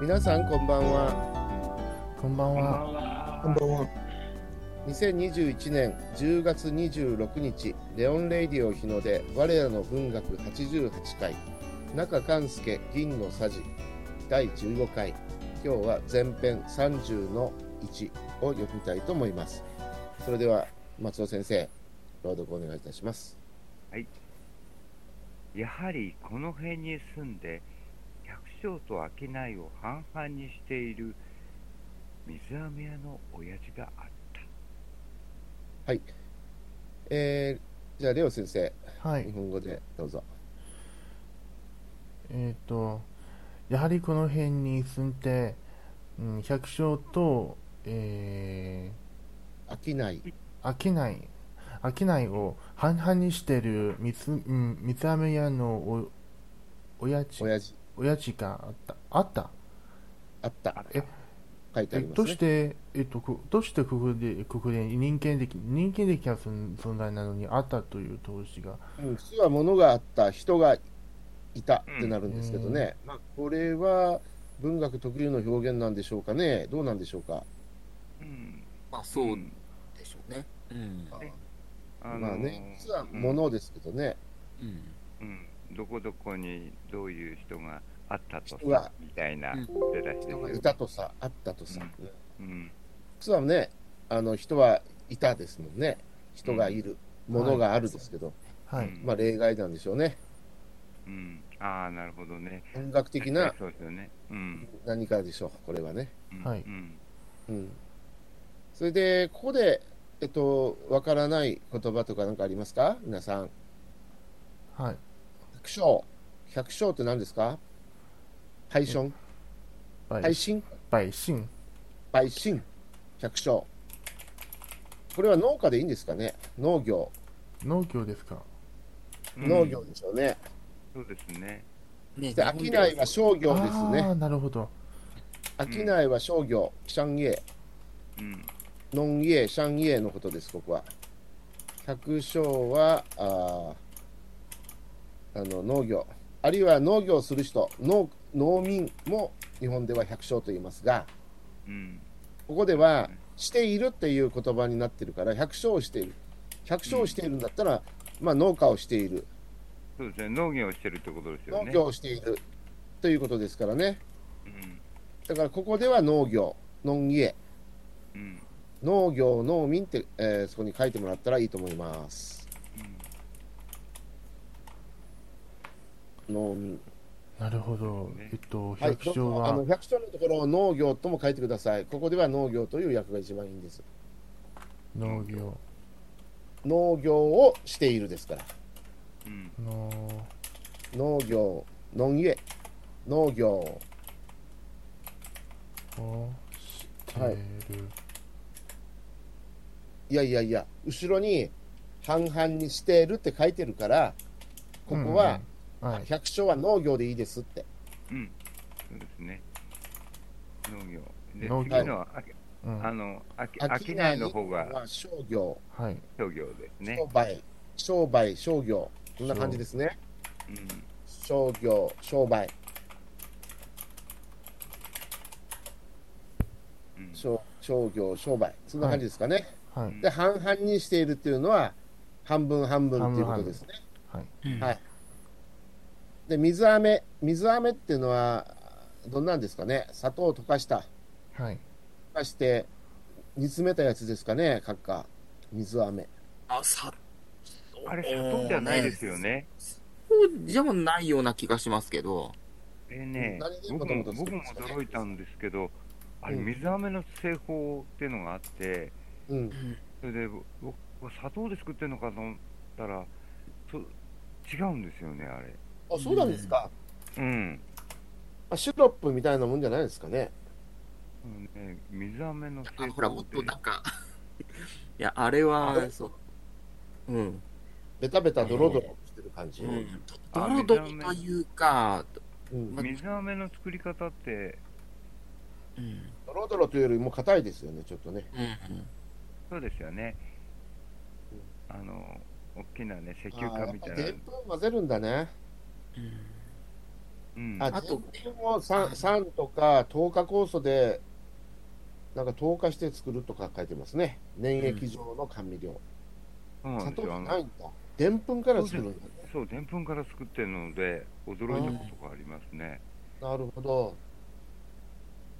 皆さんこんばんはこんばんは。こんばんは。 2021年10月26日レオンレイディオ日の出我らの文学88回中勘介銀のさじ第15回今日は前編30の1を読みたいと思いますそれでは松尾先生朗読お願いいたしますやはりこの辺に住んで百姓と商いを半々にしている水飴屋の親父があったはいえー、じゃあレオ先生はい日。本語でどうぞえっ、と、やはりこの辺に住んで、うん、百姓と、え商いー、商い、商いを半々にしてる三つ、うん、三つ飴屋のお、親父、親父親父があった。あった。あったえ書いてあえりますどうしねて、えっと、こどうしてここで、ここで人間的、人間的な存存在なのにあったという投資が、うん普通は物があった人がいたってなるんですけどね、まあ、これは文学特有の表現なんでしょうかねどうなんでしょうかうんまあ、そうでしょうね。うん。あのまあね普通は物ですけどね、うん。うん、どこどこにどういう人があったと人がさみたいなうん出だしです人よがいたとさあったとさ、ううん普通はねあの人はいたですもんね人がいる、物があるですけど、はうい。んまあ例外なんでしょうねうん、ああなるほどね文学的なそうですよねうん、何かでしょうこれはね、うんはいうんうん、それでここでえっとわからない言葉とか何かありますか皆さんはい。百姓。百姓って何ですか配信。百配信百姓。配信。百姓。これは農家でいいんですかね農業。農業ですかうん農業でしょうね。そうですねねで、商いは商業ですあね。あ、なるほど。商いは商業。シャンイエ。うんノンイエ、シャンイエのことです、ここは。百姓は、あーあの農業。あるいは農業をする人、農農民も日本では百姓と言いますが、うんここでは、しているっていう言葉になってるから、百姓をしている。百姓をしているんだったら、まあ農家をしている。そうですね農業をしてるってことですよ農ね業をしている。ということですからね。うんだからここでは農業、農家、うん農業、農民って、えーそこに書いてもらったらいいと思います。農民。なるほど。ねえっと、はい、百どう姓ぞあはの、百姓のところを農業とも書いてください。ここでは農業という訳が一番いいんです。農業農業をしているですから。うんの、農業、農家、農業、をしてはいる。いやいやいや、後ろに半々にしてるって書いてるから、ここは、うんうん、はい。百姓は農業でいいですって。うんそうですね農業で農業次のあうんあのあき商商いいの方がは商業、はい。商業ですね商売、商売、商業。こんな感じですね。うん商業、商売、うん商商業、商売。そんな感じですかね。はい。で、半々にしているっていうのは、半分半分っていうことですね。はい。うんはいで、水飴。水飴っていうのは、どんなんですかね。砂糖を溶かした。はい。溶かして、煮詰めたやつですかね、カッカ。水飴。あ、砂あれ砂糖じゃないですよ。ねそうじゃないような気がしますけど。えーね何で僕元々も作る僕んもですかね驚いたんですけどあれうん水飴の製法っていうのがあってうんう。ん。それで僕僕砂糖で作ってるのかと思ったらそ違うんですよねあれあ、そうなんですか。うんまあ、シロップみたいなもんじゃないですかね。うんね水飴の製あ法の、ほら、っもってとなんか、いや、あれあれは、そう。うん。ベタベタドロドロしてる感じ。うん。とあドロドロというか、うんま水飴の作り方ってうん。ドロドロというよりも硬いですよね、ちょっとね。うん。そうですよねあの大きなね石あ油ーや化っみぱたりいでなんぷん混ぜるんだね。うん。うん。あああとでも酸酸とか糖化酵素で、なんか糖化して作るとか書いてますね。粘液状の甘味料。そうな砂んで糖すよ。あがのないんだ。でんぷんから作るんだね。そう、でんぷんから作ってるので、驚いたことがありますね。なるほど。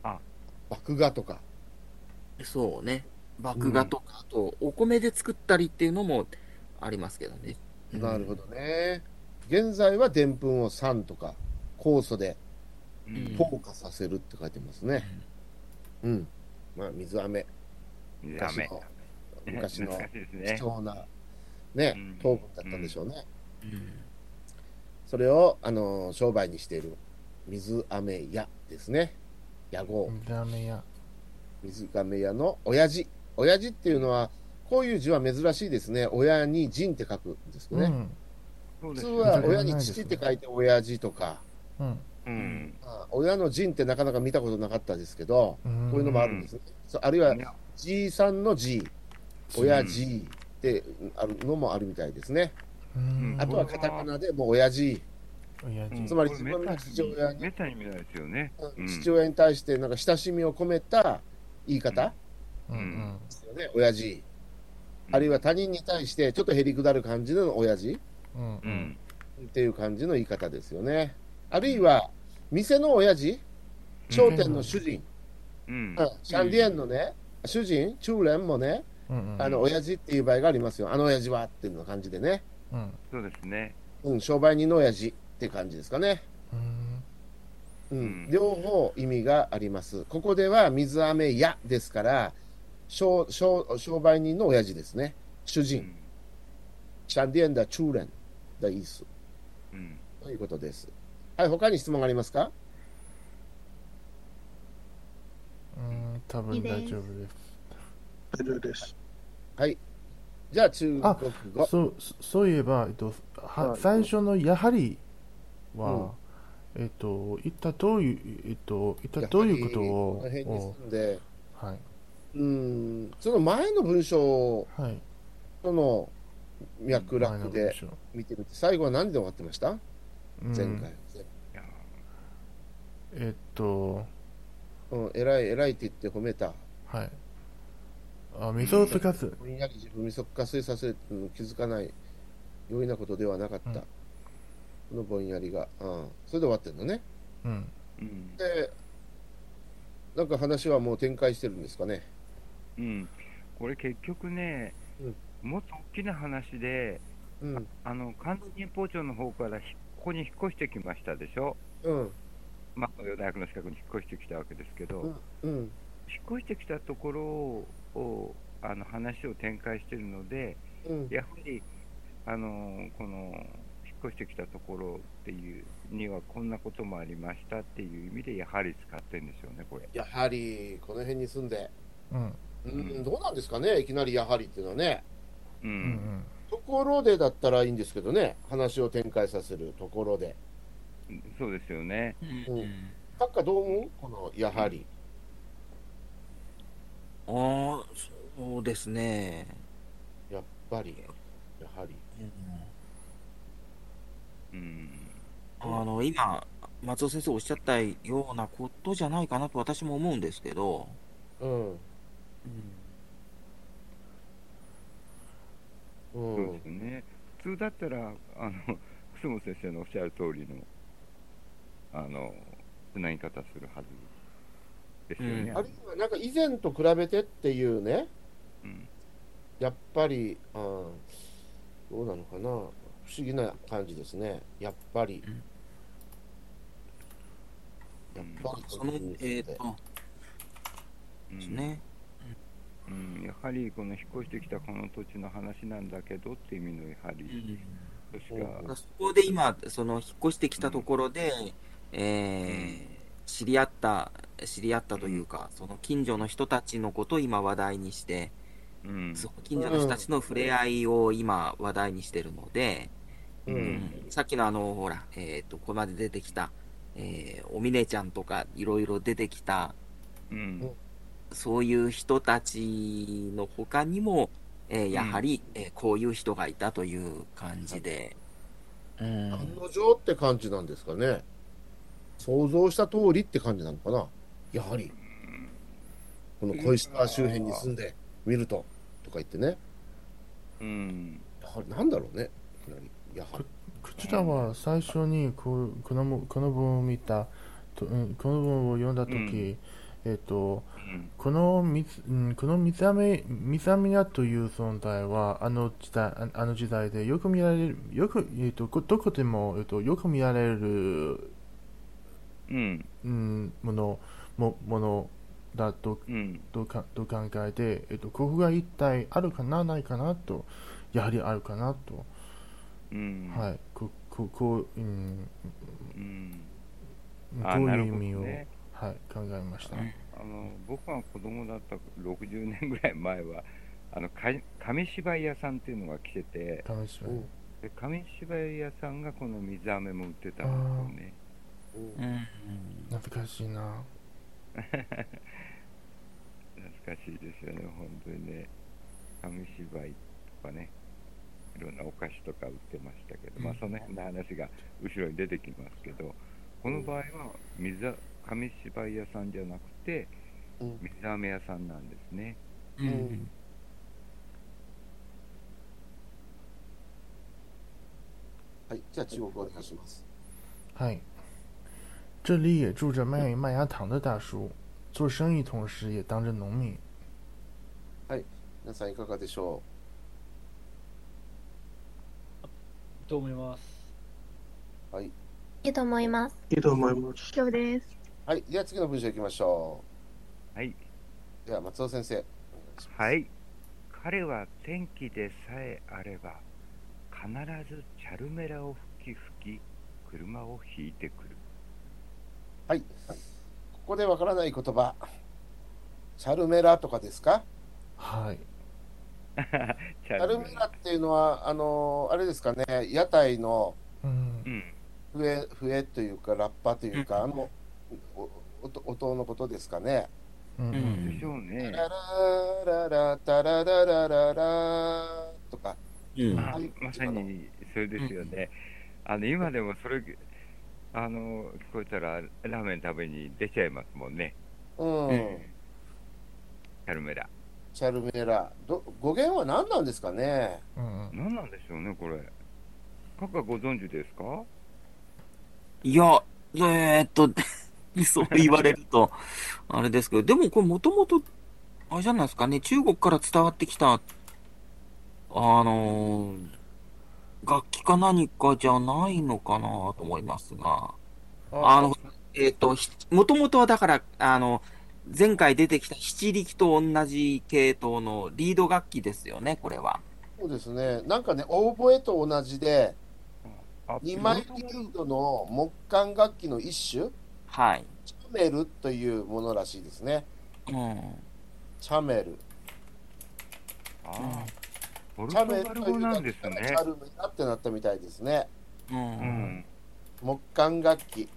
あ麦芽とか。そうね。麦芽とか、あと、お米で作ったりっていうのもありますけどね。うんなるほどね。現在はでんぷんを酸とか酵素でううんん。糖化させるって書いてますね。うん。まあ、水飴、ダメ。昔の 懐かしいですね貴。重な、ねうん、糖分だったんでしょうね。うんそれを、あのー商売にしている水飴屋ですね。屋号、水飴屋。水飴屋の親父。親父っていうのは、こういう字は珍しいですね。親に人って書くんですうね。ん。そう普です通よねは親に父って書いて親父とか、うん。うん。あ親の人ってなかなか見たことなかったですけど、うんこういうのもあるんですね。そうあるいはいやじいさんのじい、親じいってあるのもあるみたいですね。うんあとはカタカナでもう親父、親うん父つ。まりこれ自分の父親にめったに見ないですよね。うん父親に対してなんか親しみを込めた言い方うんうん。ですよね、親父。あるいは他人に対してちょっとへりくだる感じの親父うんう。うんん。っていう感じの言い方ですよね。あるいは、店の親父、商店の主人、うん。うんシャンディエンのね、主人、中連もね、うんうん。あの親父っていう場合がありますよ。あの親父はっていうような感じでね。うん。そうですね。うん、商売人の親父って感じですかね。うん。うん、うん両方意味があります。ここでは水飴屋ですから、商商商売人の親父ですね。主う人、ん。シャンディエンダ・チューレンダ・イースうん。ということです。はい、他に質問がありますかうん。多分大丈夫です。大丈夫です。じゃあ、中国語。そうそそういえば、えっと、ははい最初のやはりは、えっと、一体どういう、えっと、一体どういうことやはりこの辺にを住、んで、おはい、うん、その前の文章はい、との脈前絡ので文章見てみて、最後は何で終わってましたうん前回。いやえっと、うん、偉い偉いって言って褒めた。はい。あ、水をつかず、ぼんやり自分に即化水させるの気づかない、容易なことではなかった。うんこのぼんやりが、うん。それで終わってるのね。うん、うん。で、なんか話はもう展開してるんですかね。うん。これ結局ねうん、もっと大きな話で、うん。あの、関東憲法庁の方からひここに引っ越してきましたでしょ。うん。まあ、大学の近くに引っ越してきたわけですけど、うん。うん。引っ越してきたところをあの話を展開しているので、うん。やはりあのこの引っ越してきたところっていうにはこんなこともありましたっていう意味でやはり使ってるんですよね、これ。やはり、この辺に住んで、うん、う、うんんどうなんですかね、いきなりやはりっていうのはね。う、うんん、ところでだったらいいんですけどね、話を展開させるところで。そうですよね。うん閣下どう思うこの、やはり。ああ、そうですね。やっぱり、やはり。うん、あの、今、松尾先生おっしゃったようなことじゃないかなと私も思うんですけど、うん。うそうんで。すね。普通だったらあの 楠本先生のおっしゃる通りのあのな言い方するはずですよね。うんあるいはなんか以前と比べてっていうね、うんやっぱり、あーどうなのかな、不思議な感じですね、やっぱり。やっぱりその、えっ、と、うんですね。うん、やはりこの引っ越してきたこの土地の話なんだけどっていう意味のやはりとしうだかからそこで今、その引っ越してきたところで、えー知り合った、知り合ったというか、その近所の人たちのことを今話題にして、うんその近所の人たちの触れ合いを今話題にしてるので、う、うんうんさっきのあの、ほら、えっ、と、ここまで出てきた、えーおみねちゃんとかいろいろ出てきた、うんそういう人たちの他にも、えーやはり、えーこういう人がいたという感じで、うん案の定って感じなんですかね。想像した通りって感じなのかなやはりこの小石川周辺に住んでみるととか言ってねうん。やはりなんだろうねいきなりやはり口田は最初にここのもこの文を見たと、うん、この文を読んだ時、うんえっ、とうん。このみつ、うん、この見た目見た目屋という存在はあの時代ああの時代でよく見られるよくえっ、とこどこでもえっ、とよく見られるうん。うんものもものだとうん。とかと考えてえっ、とここが一体あるかなないかなとやはりあるかなと、うん。はいこここううんうん。あどうないるう意ほど味を、ねはい、考えました。あの僕が子供だった60年ぐらい前はあのか紙芝居屋さんっていうのが来てて試しはで紙芝居屋さんがこの水飴も売ってたんですよねうん懐かしいな。懐かしいですよね本当にね紙芝居とかねいろんなお菓子とか売ってましたけど、まあうんその辺の話が後ろに出てきますけどこの場合は水あ紙芝居屋さんじゃなくてうん水飴屋さんなんですねうんはいじゃあ中国お願いします嗨，这里也住着卖麦芽糖的大叔，做生意同时也当着农民。皆さんいかがでしょと思います。うはい、いいと思います。いいと思います。今日です。はい、では次の文章いきましょはい、うでは松尾先生はい。彼は天気でさえあれば、必ずチャルメラを吹き吹き、車を引いてくる。はいここでわからない言葉チャルメラとかですか嗨，チチャルメラっていうのはあのあれですかね屋台の嗯う，ん。笛笛というかラッパというか、うんあのお音音のことですかね。嗯嗯でしょうね。ララララタラララララとか、うんあまさにそれですよね。あの今でもそれ、あの聞こえたらラーメン食べに出ちゃいますもんね。うん、うんチャルメラ。チャルメラど。語源は何なんですかね。嗯嗯何なんでしょうね、これ。かかご存知ですかいや、えーっと、 そう言われると、あれですけど、でもこれもともと、あれじゃないですかね、中国から伝わってきた、あのー楽器か何かじゃないのかなと思いますが、あの、えーっと、もともとはだから、あの、前回出てきた七力と同じ系統のリード楽器ですよね、これは。そうですね。なんかね、オーボエと同じで、あ2枚リードの木管楽器の一種、はい。チャメルというものらしいですね。うん。チャメル。あポルチトャメルガル語なん楽で器すからチねャ。ルメラってなったみたいですね。う。うんん。木管楽器。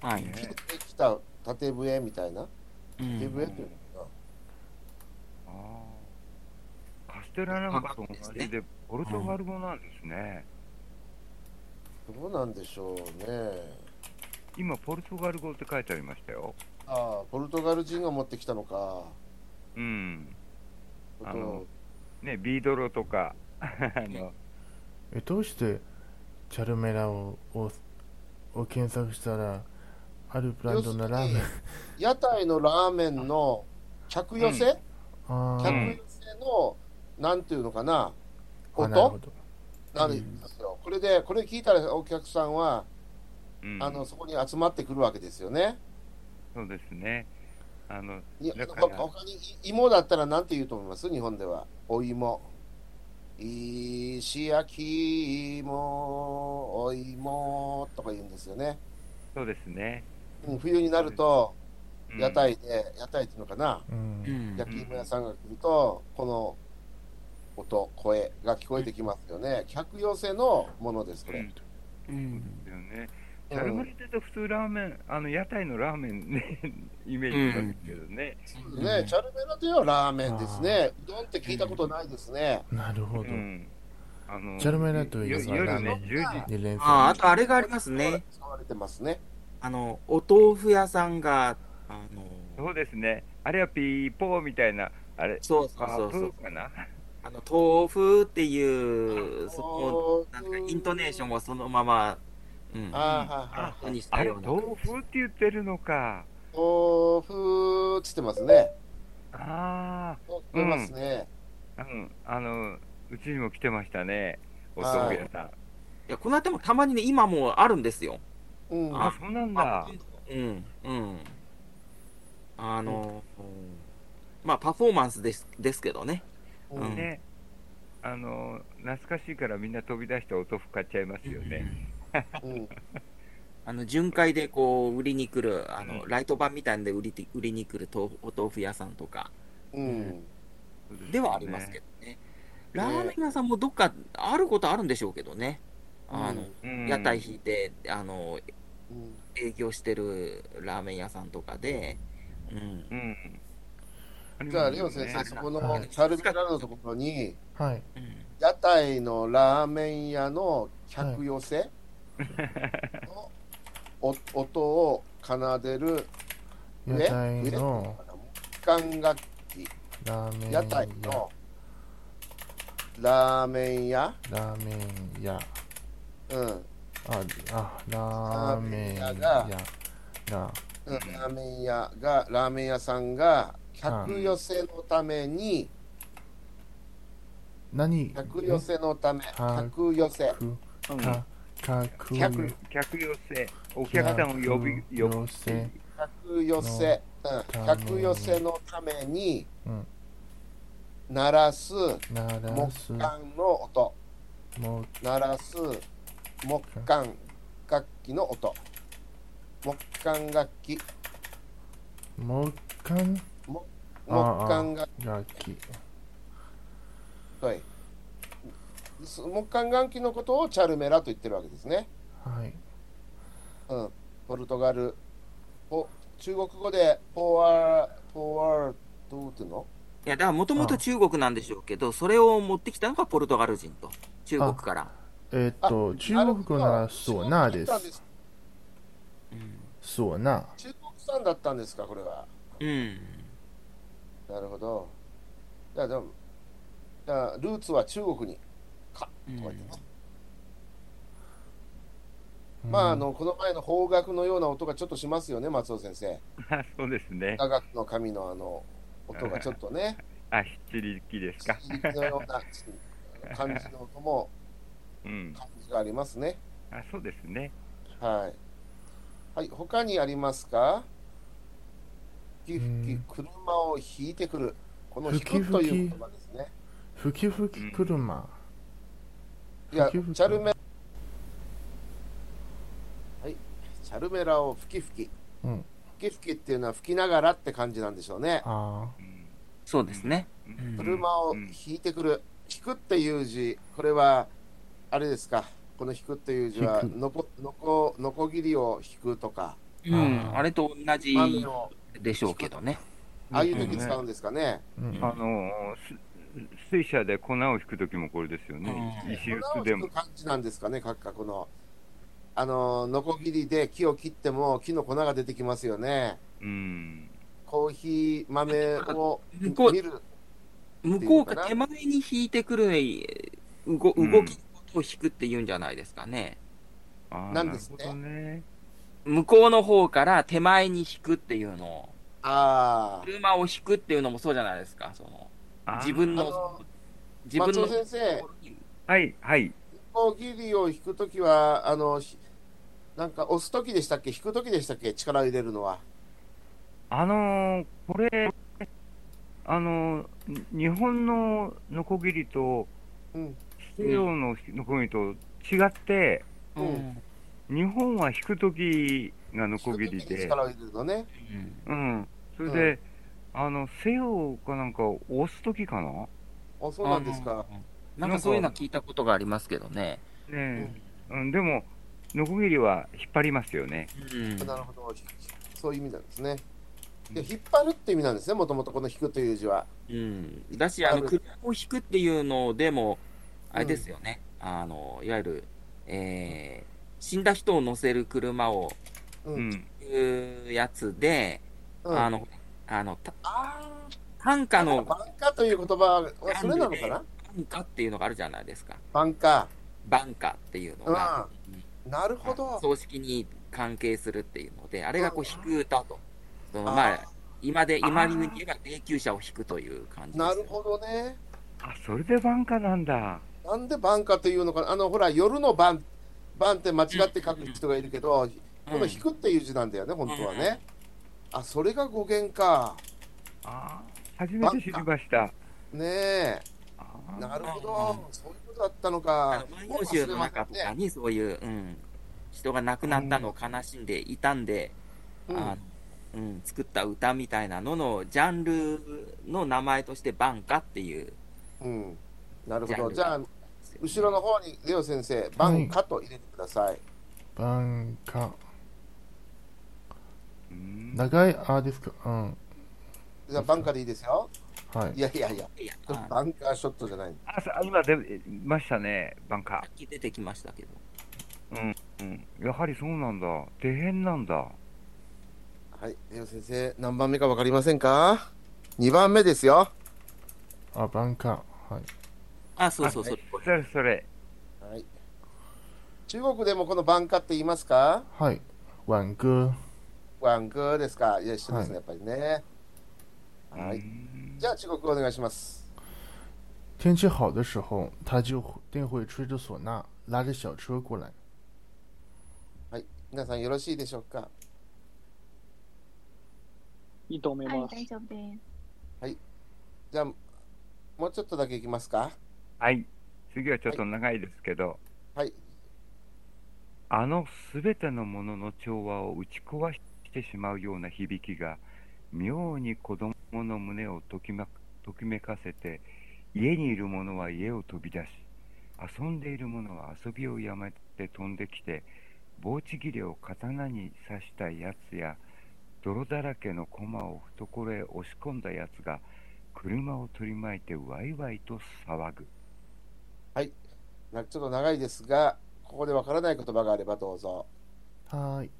はい。ね切ってきた縦笛みたいなう縦ん。笛っていうのかああカステラなんかと同じでポルトガル語なんですね、などうなんでしょうね今ポルトガル語って書いてありましたよああポルトガル人が持ってきたのかうんああのねビードロとかあのえどうしてチャルメラををを検索したらあるブランドのラーメン屋台のラーメンの客寄せ、うあ客ー寄せのなんていうのかなあなるほ音ど。なんですよ、これでこれ聞いたらお客さんは、うんあのそこに集まってくるわけですよねそうですねあのいやだからほ他に芋だったらなんて言うと思います日本ではお芋石焼き芋お芋とか言うんですよね、そうですね、うん、冬になるとうん屋台で、屋台っていうのかなうんう。ん。焼き芋屋さんが来るとこの音声が聞こえてきますよね客寄せのものですこうれん、うんだよねうチャルメんリって言うと普通ラーメンあの屋台のラーメンね イメージなんですけどね、ね、チャルメラというのはラーメンですねうどんって聞いたことないですね、なるほうど。んあのチャルメラといえばよラ夜ーメねン10時二連あ鎖あ、あとあれがありますね。使われてますねあの、お豆腐屋さんが、あの、そうですね。あれはピーポーみたいな、あれ、そうそうあそうそうープーかなあの、豆腐っていう、そおーの、なんか、イントネーションをそのまま、うん、あーはーはー音にしたあれ、ような。豆腐って言ってるのか。豆腐っつってますね。あ言ってますね。あ、うん。あの、うちにも来てましたね。お豆腐屋さん。いや、この間もたまにね、今もうあるんですよ。うん。あ、そうなんだ。うん、うん。あの、まあ、パフォーマンスですですけどね。うんうんね。あの、懐かしいからみんな飛び出してお豆腐買っちゃいますよね。うんあの、巡回でこう、売りに来る、あの、うんライト版みたいんで売りて売りに来る豆腐お豆腐屋さんとかうん。ではありますけどね。ラーメン屋さんもどっかあることあるんでしょうけどね。あの、ど、うん屋台引いて、あの、うん営業してるラーメン屋さんとかで、うん。うん。りますよねじゃあ、レオ先生、そこのサルビラのところに、はい。うん屋台のラーメン屋の客寄せのお音を奏でる屋台の管楽器、ラーメン屋台のラーメン屋、ラーメン屋。うん、あ、あ、ラーメラーメンン屋屋。がラうんラーメン屋が、ラーメン屋さんが客寄せのために、何客寄せのため、うん客寄せ、くうんか、かく、客客寄せ、お客さんを呼び、呼ぶ寄。せ、客寄せ、うん、ために客寄せのためにうん、鳴らす鳴らす木、管の音。も、鳴らす木管楽器の音木管楽器もかん木管楽がき。器す木管楽器のことをチャルメラと言ってるわけですね、はい。うん、ポルトガルポ中国語でポワーポワーどうっていうのいや、だからもともと中国なんでしょうけど、それを持ってきたのがポルトガル人と、中国から。えっと、中国語なら、そうなで中国す。そうな。産だったんですかこれはうん。なるほどだからでもだからルーツは中国にうこんうやってねまあ、あのこの前の方角のような音がちょっとしますよね、松尾先生。あそうですね。雅楽の神のあの音がちょっと ね、あ、ひっちりきですか。響きのような感じの音もうん。感じがありますね。あ、そうですね。はい。はい、他にありますか吹き吹うんき、車を引いてくる。この引くという言葉ですね。ふきふき車。いや、チ吹き吹きャルメはい、チャルメラを吹き吹き。うん吹き吹きっていうのは吹きながらって感じなんでしょうね。あうんそうですね。うん車を引いてくる、引くっていう字、これはあれですか、この引くっていう字は、引くのこのこのこぎりを引くとか、うん。あーあれと同じ豆を、でしょうけどね。ああいう時使うんですかね。あ。うんあのー、す水車で粉を引くときもこれですよね。うん石粉臼をで引もく。感じなんですかね、かっかこの。あののこぎりで木を切っても木の粉が出てきますよね。うん。コーヒー豆を向こう見る。向こうか手前に引いてくるえー動うん動きを引くって言うんじゃないですかね。あーなんですねなるほどね。向こうの方から手前に引くっていうのを、ああ。車を引くっていうのもそうじゃないですか。そのあー自分あのの、自分松尾の。先生、はい、はい。こうギリを引くときは、あの、ひなんか押すときでしたっけ、引くときでしたっけ、力を入れるのは。あのー、これ、あのー、に日本のノコギリと、うん。西洋のノコギリと違って、ううん日本は引くときがノ引コくギ時リにで、力を入れるのね。うんうん。それで、あの、西洋かなんか押すときかなねあ、そうなんですか。。なんかそういうのは聞いたことがありますけどね。え、うん、でも、ノコギリは引っ張りますよね。うんなるほど。ひそういう意味なんですね。で、うん引っ張るって意味なんですね。もともとこの引くという字は。うん、だし、あの、ある車を引くっていうのでも、あれですよね。あの、いわゆる、えー、死んだ人を乗せる車を、ううんん。いうやつで、うんあの、あの、た短歌のバンカという言葉はそれなのかな短歌っていうのがあるじゃないですか。バンカ晩歌っていうのが、なるほど葬式に関係するっていうので、あれがこううん弾く歌と。そのあーまあ、今で、今に言えば霊柩車を弾くという感じです。なるほどねあ、それで晩歌なんだ。なんでバンカというのかなあのほら夜の晩晩って間違って書く人がいるけどこうんの引くっていう字なんだよね本当はねあそれが語源かああ、初めて知りました。ねあえーなるほうどそういうことだったのあかの万葉集の中とかにそういう、うん、人が亡くなったのを悲しんでいたんで、うんあのうん、作った歌みたいなののジャンルの名前として晩歌っていう、うんなるほジャンどルじゃあ後ろの方にレオ先生バンカと入れてくださいバンカ。うん長いあですかうん。じゃあバンカでいいですよはいい。やいやいやいやあのさバンカーショットじゃないあ、さ今出ましたね、晩歌。っき出てきましたけどうん。やはりそうなんだ。底辺なんだ。はい、レオ先生、何番目か分かりませんか ?2 番目ですよ。あ、バンカ。はい。あそうそうそう、それそれ。はい。中国でもこのバンカって言いますかはい。ワングワンクーですかいや、一緒ですね、やっぱりね。はうい。んじゃあ、中国語お願いします。天气好的时候，他就定会吹着唢呐，拉着小车过来。皆さんよろしいでしょうかいいと思いはいま、す。大丈夫です。じゃあ、もうちょっとだけいきますかはい。次はちょっと長いですけど、はい。あのすべてのものの調和を打ち壊してしまうような響きが、妙に子供の胸をとき,、ま、ときめかせて、家にいる者は家を飛び出し、遊んでいる者は遊びをやめて飛んできて、棒ちぎれを刀に刺したやつや、泥だらけの駒を懐へ押し込んだやつが、車を取り巻いてワイワイと騒ぐ。なちょっと長いですが、ここで分からない言葉があればどうぞ。はい。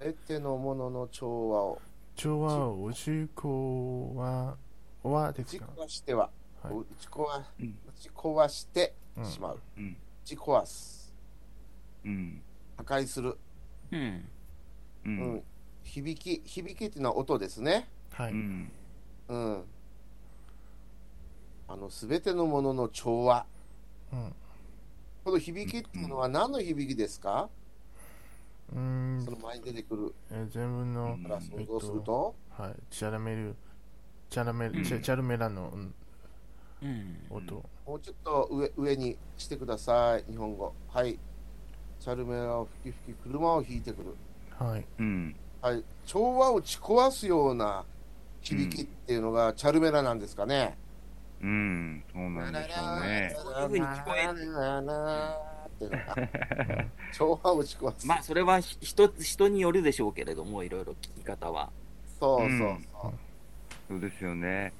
全てのものの調和を、調和を打ち壊ははで打すちか。壊しては、はい打ち壊うん打ち壊してうんしまう。うん。打ち壊す。うん。破壊する。うん、ううんん、響き響きっていうのは音ですね。はうい。ん。うん、あのすべてのものの調和。うん。この響きっていうのは何の響きですか？うんそ。の前に出てくるえー全部うのんから想像すると、はい。チャラメル、チャラメうル、んチャチャルメラのうんうん、音。もうちょっと上上にしてください。日本語。はい。チャルメラを吹き吹き車を引いてくる。はい。うん。はい。調和を打ち壊すような響きっていうのがチャルメラなんですかね。うん。そうなんでしょうね。そういう風に聞こえるる。調和を打ち壊す。まあそれはひ人人によるでしょうけれどもいろいろ聞き方はそうそうそう。そうですよね。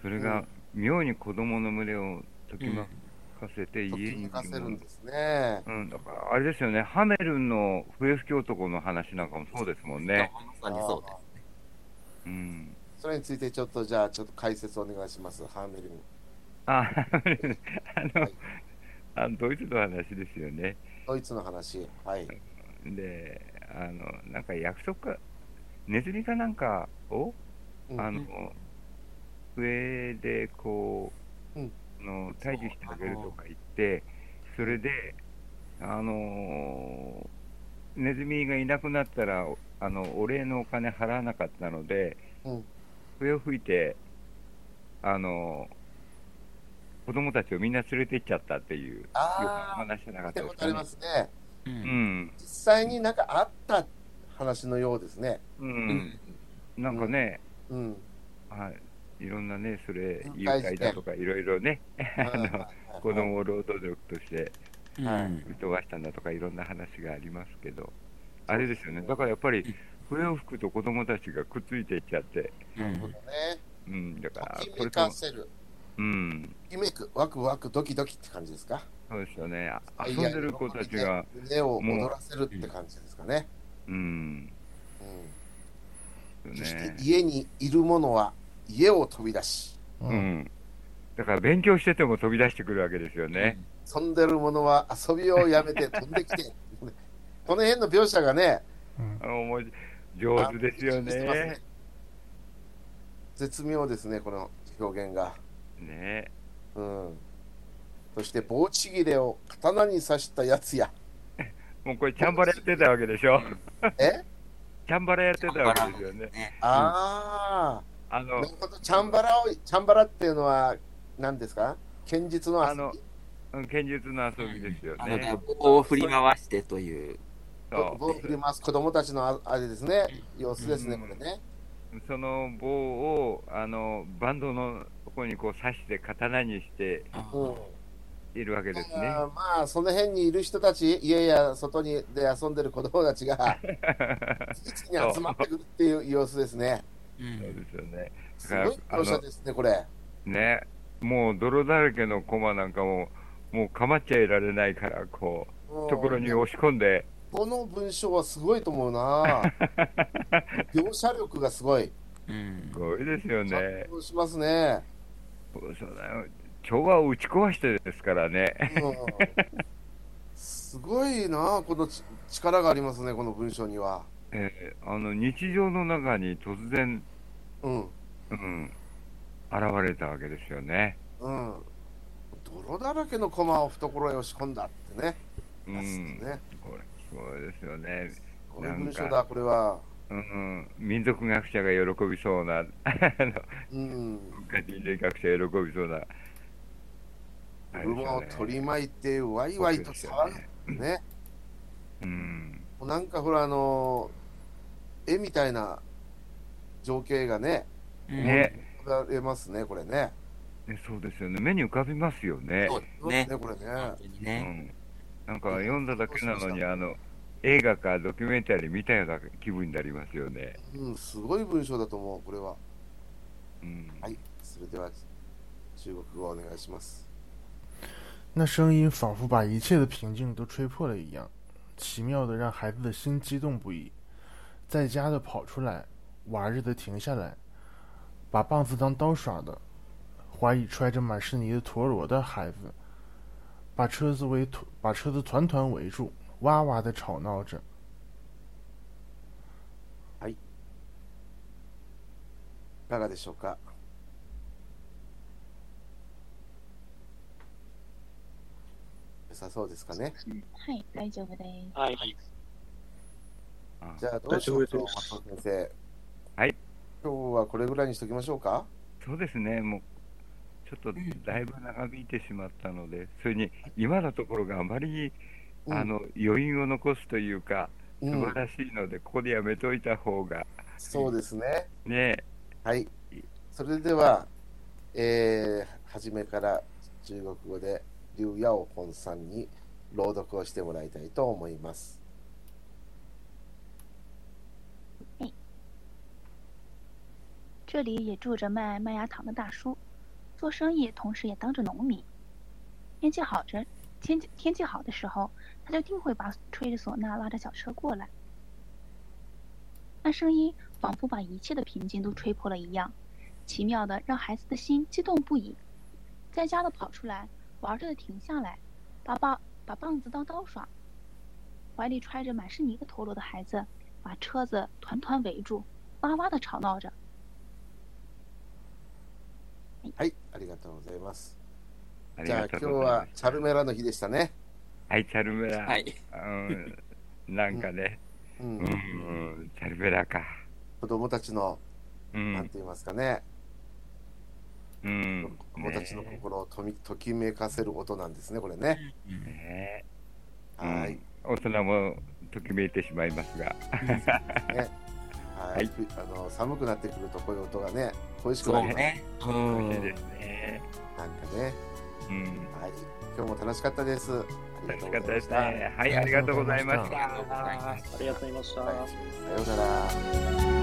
それうが妙に子供の胸をときまうかせてとき家にいめるかせるんの。ですね。うん、だからあれですよね、ハメルンの笛吹き男の話なんかもそうですもんね。まさにそうですうん、それについてちょっとじゃあちょっと解説お願いします。ハーメルン。あ、ハメルン、あのはい、あのドイツの話ですよね。ドイツの話。はい。で、あの、なんか約束か、ネズミかなんかを、うんあの、上でこう、うんあの退治してあげるとか言って、それで、あのーネズミがいなくなったら、あのお礼のお金払わなかったので、うん笛を吹いて、あのー子供たちをみんな連れて行っちゃったっていう、よくあ話じゃなあ、か見ったたでこすとあかりますね。ね。ううんん実際になんかあった話のようですね。ううんん、なんかね、うん。はい、いろんなね、それ、誘拐誘事件拐だとか、いろいろね、はいはいはのい 子供を労働力としてうんはい吹っ飛ばしたんだとかいろんな話がありますけど、あれですよね、だからやっぱり笛を吹くと子供たちがくっついていっちゃって、うなるほどんね。うん、だからと、きこめれとかも、せる。うん、ときめく、ワクワク、ドキドキって感じですか。そうですよね、あ遊んでる子たちが、胸を躍らせるって感じですかね。うん、よそしてね。家にいるものは家を飛び出し、ううんん。だから勉強してても飛び出してくるわけですよね。飛んでるものは遊びをやめ て飛んできて、この辺の描写がね、うんあのもう上手ですよしてますね。。絶妙ですね、この表現が。ねうん。そして、棒ちぎれを刀に刺したやつや。もうこれチャンバラやってたわけでしょ。え チャンバラやってたわけですよね。あああ、のなる、ほど。チャンバラを、チャンバラっていうのは、何ですか剣術のあ遊びの、うん剣術の遊びですよあのね。棒を振り回してという、そ棒を振ります子供たちのああれですね、様子ですね、うんこれね。う。その棒を、あの、バンドのとこにこう刺して刀にしてうん。いるわけですね。あーまあ、その辺にいる人たち、家や外にで遊んでる子供たち が、次々に集まってくるっていう様子ですね。うそうでんすよね。すごい描写ですね、これ。ね。もう泥だらけの駒なんかも、もう構っちゃいられないから、こう、ところにうん押し込んで、この文章はすごいと思う な描写力がすごい。うんすごいですよね感。動しますね。そうだよ。調和を打ち壊してですからね。うん、すごいなこのち力がありますね、この文章には。えーあの、日常の中に突然、うん。うん、現れたわけですよね。うん。泥だらけの駒を懐へ押し込んだってね。うますん。ね。これ、そうですよね。こういう文章なだ、これは。うん。民族学者が喜びそうな、あの、うん。文化人類学者が喜びそうな。あれですよね馬を取り巻いて、ワイワイと騒ぐね。ねうん。なんかほら、あのー絵みたいな情景がね、ね、浮かべますね、これね。ねそうですよね。目に浮かびますよね。そうですね、ねこれね。本当にうね、ん。なんか読んだだけなのそうそうに、そうあの、映画かドキュメンタリー見たような気分になりますよね。うん、すごい文章だと思う、これは。うん。はい、それでは中国語お願いします。那声音仿佛把一切的平静都吹破了一样，奇妙的让孩子的心激动不已，在家的跑出来，玩儿着的停下来，把棒子当刀耍的，怀里揣着满是泥的陀螺的孩子，把车子围团把车子团团围住，哇哇的吵闹着。いかがでしょうか良さそうですかね。はい、大丈夫です。はい。あじゃあ、どうしましょう、大丈夫で松尾先生。はい。今日はこれぐらいにしときましょうかそうですね。もう、ちょっとだいぶ長引いてしまったので、それに、今のところがあまりに、うんあの、余韻を残すというか、う素晴ん、らしいので、ここでやめといた方が、そうですね。ね、はい。それでは、えー、初めから中国語で、劉ヤオ本さんに朗読をしてもらいたいと思います。这里也住着卖麦芽糖的大叔，做生意同时也当着农民。天气好着，天气天气好的时候，他就定会把吹着唢呐拉着小车过来。那声音仿佛把一切的平静都吹破了一样，奇妙的让孩子的心激动不已，在家的跑出来，玩着的停下来，把棒把棒子当刀耍，怀里揣着满是泥的陀螺的孩子，把车子团团围住，哇哇的吵闹着。はい、ありがとうございます。ありじゃあ今がと日うございまはす。チャルメラの日でしたね。はい、チャルメラ。はい。うん、なんかね、ううんん、うんチャルメラか。子供たちの、うなんん、て言いますかね、うん子、供たちのね心をとみときめかせる音なんですね、これね。ねうんはい。大人もときめいてしまいますが、ははいい。あの寒くなってくるとこういう音がね、恋しくそなうりますね。う美味しいんで。すね。なんかね。うはん、い。今日も楽しかったです。ありが楽としうかごっざいました。たですね。はい、ありがとうございましありがとうございたま。すありがとうございました。はいさようなら。はい